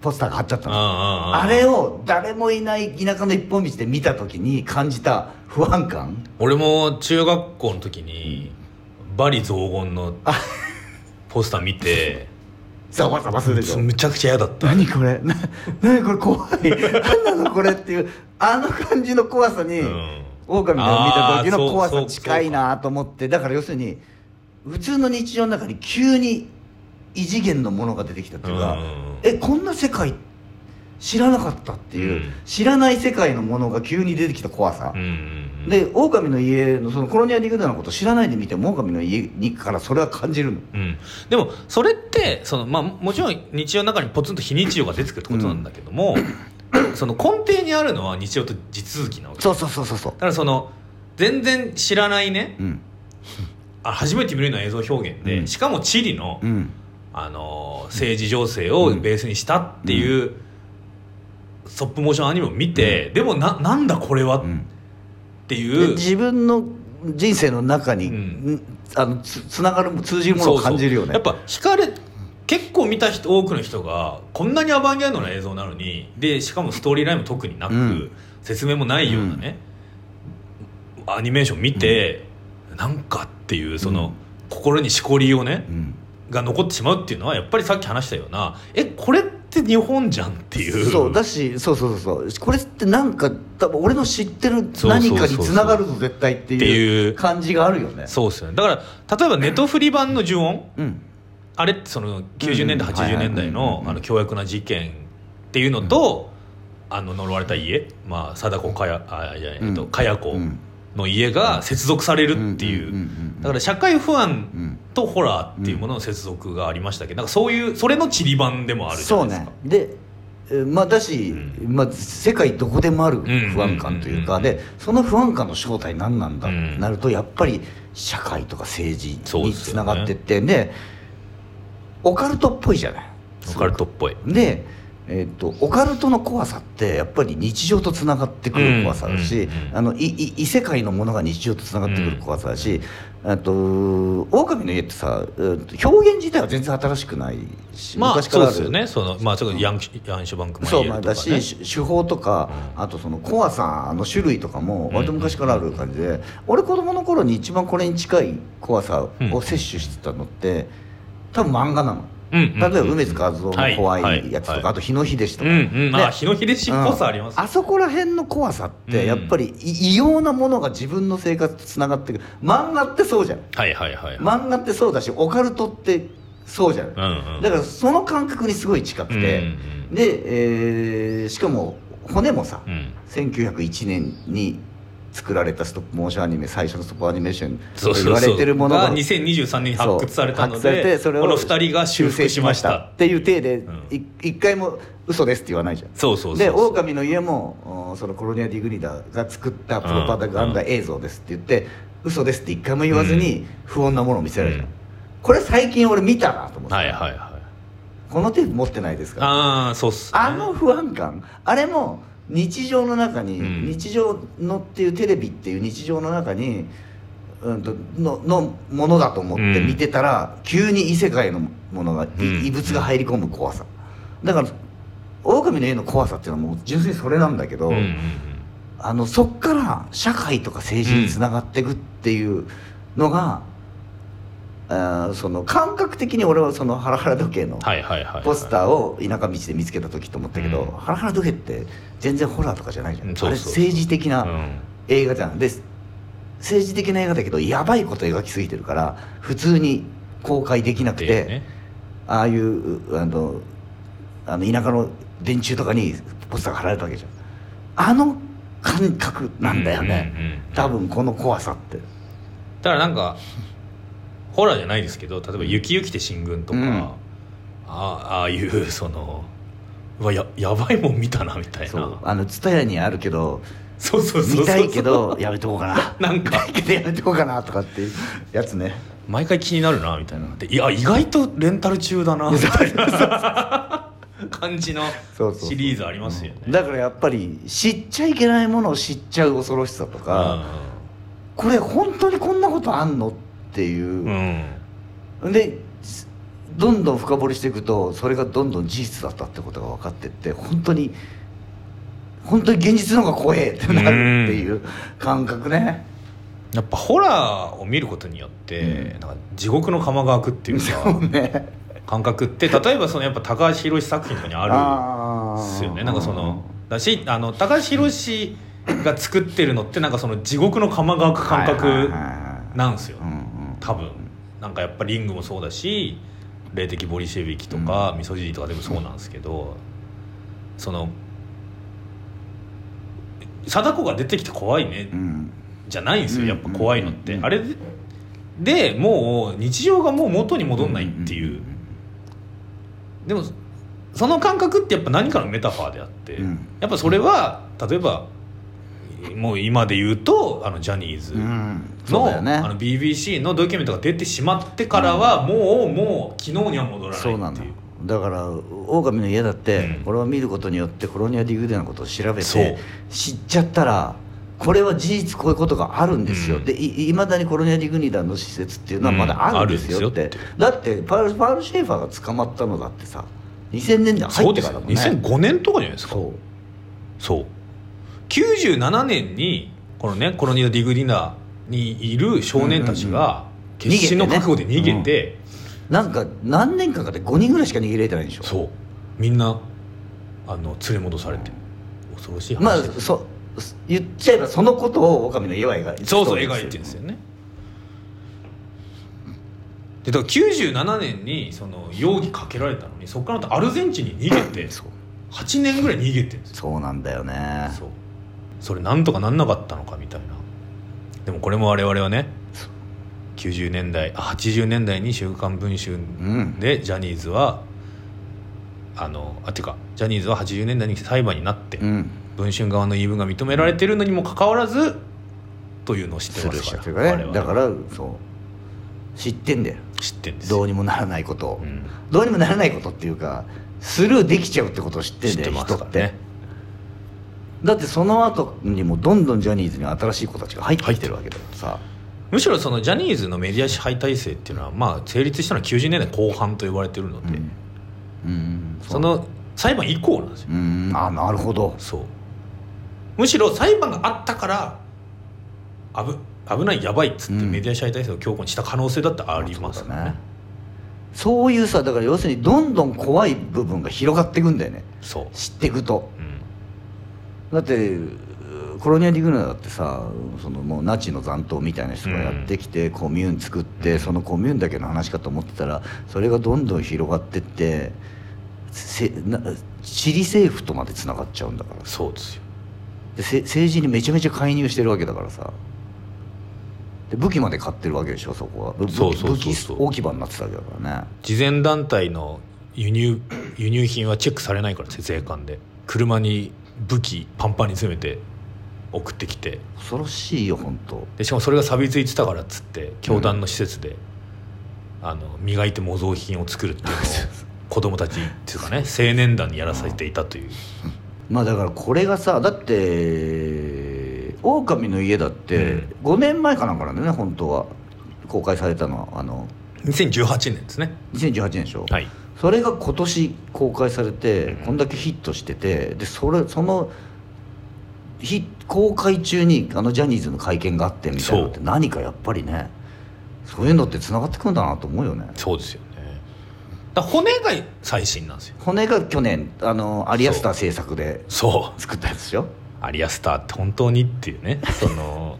ポスターが貼っちゃったの。ああれれを誰もいない田舎の一本道で見た時に感じた不安感俺も中学校の時にバリ雑言のポスター見てざわざわするでしょ むちゃくちゃ嫌だった何これ な何これ怖い何なのこれっていうあの感じの怖さに、うん狼の見た時の怖あーさそう近いなと思ってだから要するに普通の日常の中に急に異次元のものが出てきたっていうか、うんえこんな世界知らなかったっていう、うん知らない世界のものが急に出てきた怖さ、うんうんで狼の家のそのコロニア・リグダのこと知らないで見ても狼の家にからそれは感じるのうん、でもそれってその、まあ、もちろん日常の中にポツンと非日常が出てくるってことなんだけど も、その根底にあるのは日常と地続きなわけだそうそうそうそうそうからその全然知らないねうんあ初めて見るような映像表現で、うんしかもチリの、うんあのー政治情勢をベースにしたっていう、ストップモーションアニメを見て、でもななんだこれはっうんてでいう、自分の人生の中に、うんんあのつつながる通じるものそうをそう感じるよねやっぱ惹かれ結構見た人多くの人がこんなにアバンギャルドな映像なのにでしかもストーリーラインも特になく、うん説明もないようなね、アニメーション見て、なんかっていうその、うん心にしこりをねうんが残ってしまうっていうのはやっぱりさっき話したようなえこれって日本じゃんっていうそうだしそうそうそうそうこれってなんか多分俺の知ってるそうそうそう何かにつながるぞ絶対ってっていいうう感じがあるよねそうですよねだから例えばネトフリ版の呪音うんあれってその90年代うんはいはい80年代うんうのんうんあの凶悪な事件っていうのと、あの呪われた家まあ貞子かやあじゃないえっとうんかや子の家が接続されるっていうんうんうんううんだから社会不う安んとホラーっていうものの接続がありましたけどなんかそういうそれのちり版でもあるじゃそなういですねか。でえーまあだし、うまあ、世界どこでもあるん不安感というか、うんうんうんでその不安感の正体何なんだ、うんなるとやっぱり社会とか政治そうにですつよねながってってで,、オカルトっぽいじゃないオカルトっぽい。で、えー、とオカルトの怖さってやっぱり日常とつながってくる怖さだし、うんうんうんあのいい異世界のものが日常とつながってくる怖さだし、あと狼の家ってさ、えーと表現自体は全然新しくないし、まあ昔かそらうあでるすよね。そのまあちょっとヤンキヤンシュバンクマイエそうルまあとだかし、ね。手法とか、あとその怖さの種類とかも割と昔からある感じで、俺子供の頃に一番これに近い怖さを摂取してたのって、多分漫画なの。うんうん例えば梅津和夫の怖いやつとか、ははあと日野秀氏とうか、んうん、ねあ日の日でしっぽさあります、うんあそこら辺の怖さってやっぱりい異様なものが自分の生活とつながってくる漫画ってそうじゃんはいはいはい、漫画ってそうだしオカルトってそうじゃん、うんうんだからその感覚にすごい近くて、うんうんで、えーしかも骨もさ、うん1901年に作られたストップモーションアニメ最初のストップアニメーションそとうそうそう言われてるものがが2023年に発掘されたのそう発掘されでてそれをこの二人が修復しましたっていう体でんい一、回も嘘ですって言わないじゃんそうそうそうでそう狼の家もおそのコロニア・ディグニダが作ったプロパガンダ映像ですって言って、嘘ですって一回も言わずに不穏なものを見せられるじゃん、うんこれ最近俺見たなと思って、はいはいはいこのテープ持ってないですからああそうっす、ね、あの不安感あれも日常の中に、うん日常のっていうテレビっていう日常の中に、うん、とののものだと思って見てたら、急に異世界のものが、いうん異物が入り込む怖さだから狼の家の怖さっていうのはもう純粋にそれなんだけど、うんうんうんあのそっから社会とか政治につながっていくっていうのが、あーその感覚的に俺はそのハラハラ時計のはいはいはいはいポスターを田舎道で見つけた時と思ったけど、うんハラハラ時計って全然ホラーとかじゃないじゃん、うんそうそうそうあれ政治的うなん映画じゃん、で政治的な映画だけどやばいこと描きすぎてるから普通に公開できなくってていうねああいうあのあの田舎の電柱とかにポスターが貼られたわけじゃんあの感覚なんだよね、うんうんうん多分この怖さってだからなんかホラーじゃないですけど例えば「雪雪て進軍」とか、うんああああいうそのうわややばいもん見たなみたいなそうあの蔦屋にあるけどそうそうそうそう見たいけどやめとこうかな なんか見たいけどやめとこうかなとかっていうやつね毎回気になるなみたいなでいや意外とレンタル中だなみたいな感じのそうそうそうシリーズありますよねだからやっぱり知っちゃいけないものを知っちゃう恐ろしさとか、これ本当にこんなことあんのっていうう、んでどんどん深掘りしていくとそれがどんどん事実だったってことが分かってって本当に本当に現実の方が怖えってなるっていう感覚ね、やっぱホラーを見ることによって、うんなんか地獄の釜が開くっていうかね感覚って例えばそのやっぱ高橋宏作品とかにあるあんーですよねなんかそのだしあの高橋宏が作ってるのってなんかその地獄の釜が開く感はいはい覚はいなんですよ、うんうん多分なんかやっぱリングもそうだし霊的ボリシェビキとか、ミソジリとかでもそうなんですけどその貞子が出てきて怖いねうんじゃないんですよやっぱ怖いのって、うんあれででもう日常がもう元に戻んないっていう、でもその感覚ってやっぱ何かのメタファーであって、うんやっぱそれは例えばもう今で言うとあのジャニーズうの,、んそうだよねあの BBC のドキュメントが出てしまってからは、もうもう昨日には戻らないっていそううなんだだから狼の家だって、うんこれを見ることによってコロニア・ディグデのことを調べそうて知っちゃったらこれは事実こういうことがあるんですよ、うんでいいまだにコロニア・ディグニダの施設っていうのはうんまだあるんですよって,、あるんですよだってパールパール・シェーファーが捕まったのだってさ2000年代そ入うっでてすからだよもんね2005年とかじゃないですかそうそう97年にこのねコロニーのディグディナーにいる少年たちがうんうん決心の覚悟で逃げて,、逃げなんか何年間かで5人ぐらいしか逃げれてないんでしょそうみんなあの連れ戻されて恐ろしい話まあですよそ言っちゃえばそのことを狼の家は描いてそうそう描いてるんですよねでだから97年にその容疑かけられたのにそこからまたアルゼンチンに逃げてそう8年ぐらい逃げてるんですよそうなんだよねそうそれなんとかなんなかったのかみたいなでもこれも我々はね90年代あ80年代に「週刊文春うん」でジャニーズはあのあてかジャニーズは80年代に裁判になって、うん文春側の言い分が認められてるのにもかかわらずというのを知ってすまるすしたからというか我ね々だからそう知ってんだよ知ってんですよどうにもならないことを、うんどうにもならないことっていうかスルーできちゃうってことを知って知んだってよ、ます人かっらて、ねだってその後にもどんどんジャニーズには新しい子たちが入ってきてるわけだからさむしろそのジャニーズのメディア支配体制っていうのはまあ成立したのは90年代後半と言われてるので、うんうんその裁判以降なんですようんあなるほどそうむしろ裁判があったから危危ないやばいっつってうんメディア支配体制を強固にした可能性だってありますそうもんだねねそういうさだから要するにどんどん怖い部分が広がっていくんだよねそう知っていくとうんだってうコロニア・ディグナだってさそのもうナチの残党みたいな人がやってきて、コミューン作って、そのコミューンだけの話かと思ってたらそれがどんどん広がってってせなチリ政府とまでつながっちゃうんだからそうですよでせ政治にめちゃめちゃ介入してるわけだからさで武器まで買ってるわけでしょそこはぶ武器そうそうそうそう武器置き場になってたわけだからね慈善団体の輸入 輸入品はチェックされないからですよ税関で車に武器パンパンに詰めて送ってきて恐ろしいよ本当でしかもそれが錆びついてたからっつって教団の施設で、あの磨いて模造品を作るっていうのを子供たちっていうかね青年団にやらされていたという、まあだからこれがさだって「狼の家」だって5年前かなんかなんだよね本当は公開されたのはあの2018年ですね2018年でしょ、はいそれが今年公開されてこんだけヒットしててでそれそのひ公開中にあのジャニーズの会見があってみたいなのってそ何かやっぱりねそういうのってつながってくんだなと思うよねそうですよねだから骨が最新なんですよ骨が去年あのアリアスター制作でそう作ったやつでしょアリアスターって本当にっていう ねその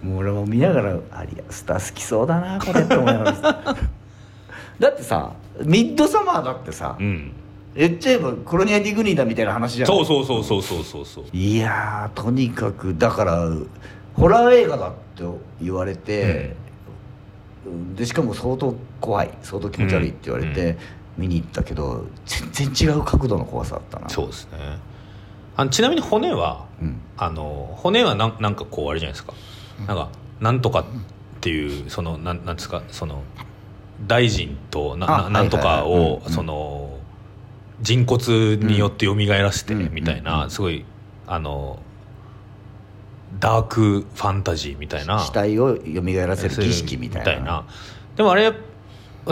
もう俺も見ながらアリアスター好きそうだなこれって思いました だってさミッドサマーだってさ、うん言っちゃえばコロニア・ディグニーだみたいな話じゃんそうそうそうそうそうそうそういやーとにかくだからホラー映画だって言われて、でしかも相当怖い相当気持ち悪いって言われて、見に行ったけど全然違う角度の怖さだったなそうですねあのちなみに骨はうん、あの骨はなんなんかこうあれじゃないですかなんかなんとかっていうそのなんなんですかその大臣とななあなんとかはいはいはいうをんうんその人骨によって蘇らせてうんみたいうんうんなすごいあのダークファンタジーみたいな死体を蘇らせる儀式みたいなでもあれ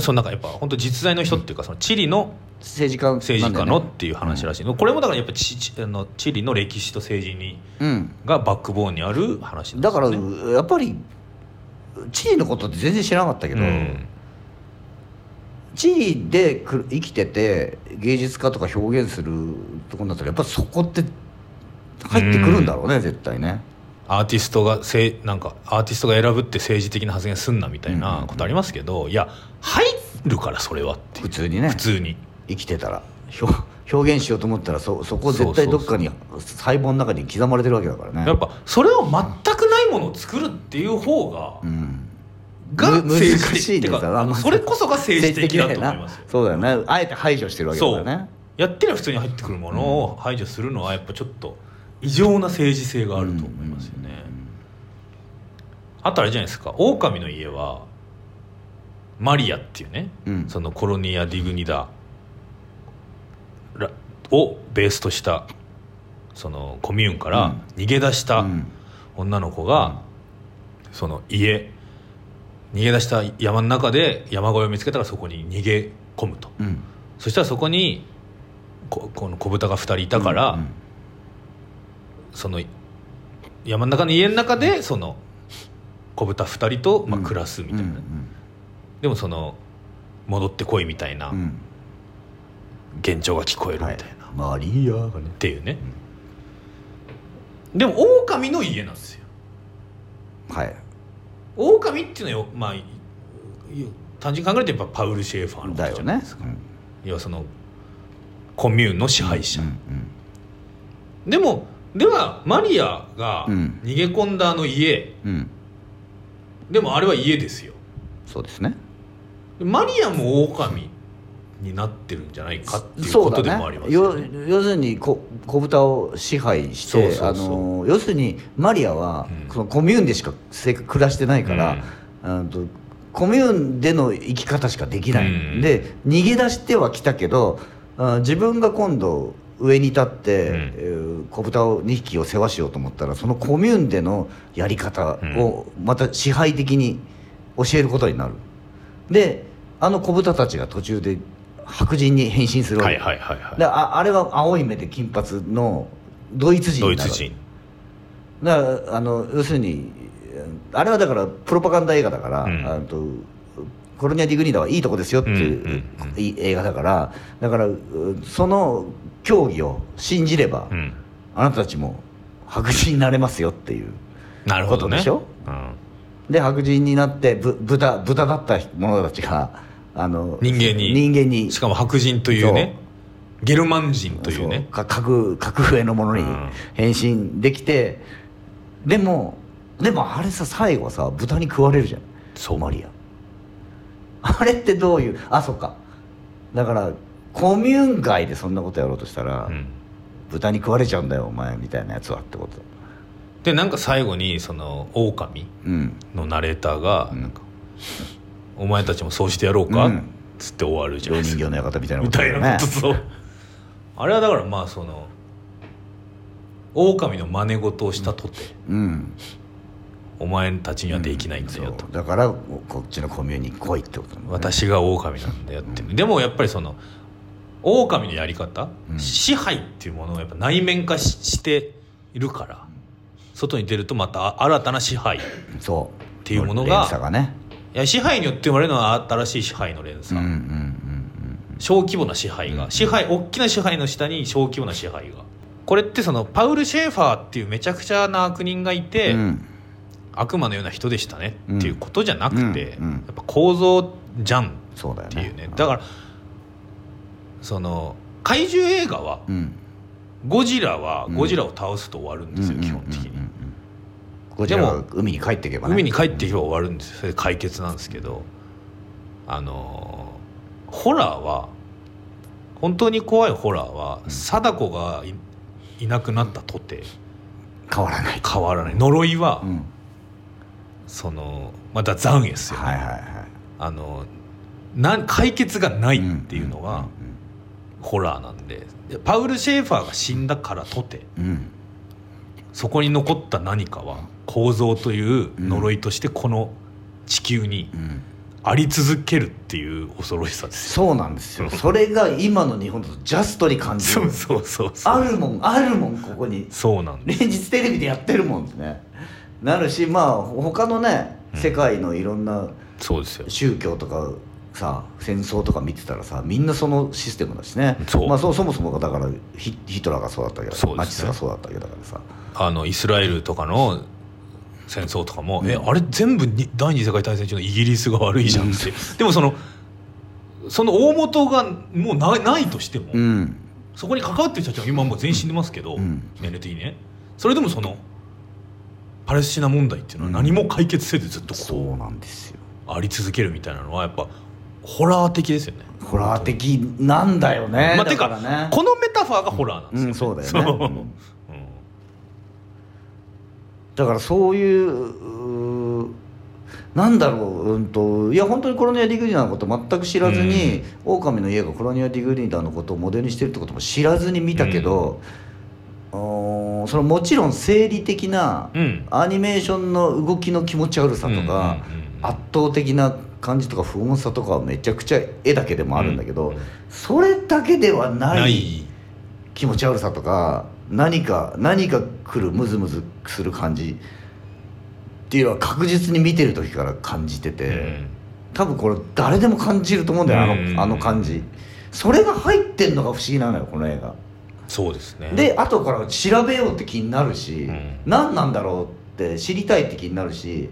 そのなんかやっぱ本当実在の人っていうかその地理の政治家なんだよね政治家のっていう話らしい、これもだからやっぱちちあの地理の歴史と政治にうんがバックボーンにある話なんですよねだからやっぱり地位のことって全然知らなかったけど、うん地位でくる生きてて芸術家とか表現するとこになったらやっぱそこって入ってくるんだろうね、絶対ねアーティストがせなんかアーティストが選ぶって政治的な発言すんなみたいなことありますけど、いや入るからそれはっていう普通にね普通に生きてたら表表現しようと思ったらそそこ絶対どっかに細胞の中に刻まれてるわけだからねやっぱそれを全くないものを作るっていう方が、うんがむ難政治的しいっんてでいすうよかああんのまそれこそが政治的だと思います政治的だよよなそうだよねあえて排除してるわけだそからうねやってりゃ普通に入ってくるものを排除するのはやっぱちょっと異常な政治性があると思いますよね、あとあれじゃないですか「狼の家」はマリアっていうね、うんそのコロニア・ディグニダらをベースとしたそのコミューンから逃げ出したうん女の子が、その家逃げ出した山の中で山小屋を見つけたらそこに逃げ込むとうんそしたらそこにここの小豚が2人いたから、うんその山の中の家の中でその小豚2人とまあうん暮らすみたいな、うんでもその戻ってこいみたいなうんうん幻聴が聞こえるみたいな、はいマリアがねっていうね、でも狼の家なんですよはい狼っていうのはよまあいい単純に考えるとやっぱパウル・シェーファーのこだとじよゃないねですか、要はそのコミューンの支配者、うんでもではマリアがうん逃げ込んだあの家、うんうんでもあれは家ですよそうですねマリアも狼になってるんじゃないかっていうそこうだとでねもありますよよね要するにこ小豚を支配しそうてそあうそうの要するにマリアはうんそのコミューンでしかせ暮らしてないから、あのコミューンでの生き方しかできない、うんで逃げ出してはきたけどあ自分が今度上に立って、うんえー小豚を2匹を世話しようと思ったらそのコミューンでのやり方をまた支配的に教えることになるであの小豚たちが途中で白人に変身するわはけいはいはいはいでああれは青い目で金髪のドイツ人ドにイなツる人だからあの要するにあれはだからプロパガンダ映画だから、うんあのとコロニア・ディグニーダはいいとこですよっていう、うんうんうんいい映画だからだからうその教義を信じれば、うんあなたたちも白人になれますよっていうなるほどねことでしょうんで白人になってぶ豚豚だった者たちがあの人間に人間にしかも白人というねゲルマン人というねそうか格格上のものにうん変身できて、でもでもあれさ最後さ豚に食われるじゃんそうマリアあれってどういうあそっかだからコミューン外でそんなことやろうとしたら、うん豚に食われちゃうんだよお前みたいなやつはってことでなんか最後にその狼うんのナレーターがうん「お前たちもそうしてやろうかうん」つって終わるじゃな人いです形かの館みたいなこみとただいよなねことそうあれはだからまあその狼の真似事をしたとてうんお前たちにはできないんだよとそうだからここっちのコミューンに来いってことなんだね私が狼なんだよってでもやっぱりその狼のやり方うん支配っていうものをやっぱ内面化ししているから外に出るとまた新たな支配いそうっていうものが連鎖がねや支配によって生まれるのは新しい支配の連うんうん鎖うん小規模な支配が支配大きな支配の下に小規模な支配がこれってそのパウル・シェーファーっていうめちゃくちゃな悪人がいて、うんうん悪魔のような人でしたねっていうことじゃなくて、うんうんうんやっぱ構造じゃんそうだよってねいうねだからその怪獣映画はうんゴジラはうんゴジラを倒すと終わるんですよ、基本的に、うんうんうんうんゴジラは海に帰っていけばね海に帰っていけば終わるんですよそれで解決なんですけどあのーホラーは本当に怖いホラーは貞子がいいなくなったとて変わらない変わらない呪いは、うんそのまた残悔ですよ、はいはいはあのなん解決がないいっていうのがうんホラーなんででパウル・シェーファーが死んだからとてうんうんそこに残った何かは構造という呪いとしてこの地球にうんうんあり続けるっていう恐ろしさですよそうなんですよそれが今の日本とジャストに感じそうるそうそうそあうるもんあるもんここにそうなんです連日テレビでやってるもんですねなるしまあ他のねうん世界のいろんなそうですよ宗教とかさ戦争とか見てたらさみんなそのシステムだしねそうまあ、そそもそもがだからヒヒトラーがそうだったわけど、そうですねナチスがそうだったわけだからさあのイスラエルとかの戦争とかも、うんえあれ全部に第二次世界大戦中のイギリスが悪いじゃんって、 でもそのその大元がもうないないとしても、うんそこに関わってる人たちは今もう全員死んでますけど、うん年齢的にねそれでもそのパレスチナ問題っていうのは何も解決せずずっとそこうなんですようあり続けるみたいなのはやっぱホラー的ですよね。ホラー的なんだよね、まあ、てだかからねこのメタファーがホラーなんですよ、うんそうだよねそううんうんだからそういううーなんだろう、うん、といや本当にコロニア・ディグリーダーのこと全く知らずに「オオカミの家」がコロニア・ディグリーダーのことをモデルにしてるってことも知らずに見たけど、うーんそのもちろん生理的なうんアニメーションの動きの気持ち悪さとか、うんうんうんうん圧倒的な感じとか不穏さとかはめちゃくちゃ絵だけでもあるんだけど、うんうんそれだけではなないい気持ち悪さとか何か何か来るムズムズする感じっていうのは確実に見てる時から感じてて、多分これ誰でも感じると思うんだよあの,、うんあの感じそれが入ってんのが不思議なのよこの映画。そうですねで後から調べようって気になるし、うん何なんだろうって知りたいって気になるし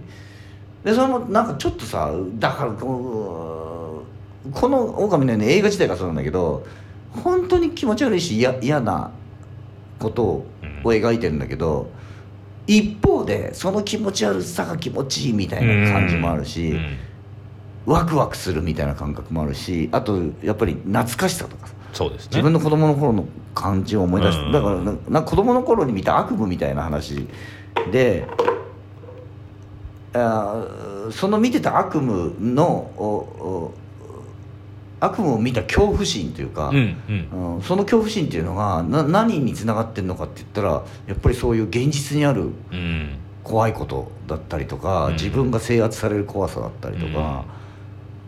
でそれもなんかちょっとさだからこうこの「オオカミのように映画自体がそうなんだけど本当に気持ち悪いし嫌嫌なことをうん描いてるんだけど、一方でその気持ち悪さが気持ちいいみたいな感じもあるし。うんうんワクワクするみたいな感覚もあるしあとやっぱり懐かしさとかさそうですね自分の子供の頃の感じを思い出して、うんだからなな子供の頃に見た悪夢みたいな話であーその見てた悪夢のおお悪夢を見た恐怖心というか、うんうんその恐怖心っていうのがな何につながってるのかって言ったらやっぱりそういう現実にあるうんうん怖いことだったりとか、うん自分が制圧される怖さだったりとか、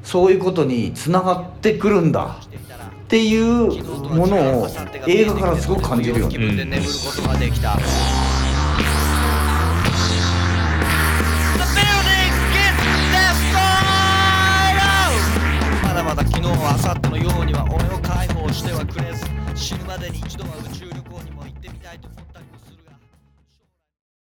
そういうことにつながってくるんだっていうものを映画からすごく感じるよね。んで眠ることができた The building gets destroyed まだまだ昨日明後日のようには俺を解放してはくれず死ぬまでに一度は宇宙旅行にも行ってみたいと思う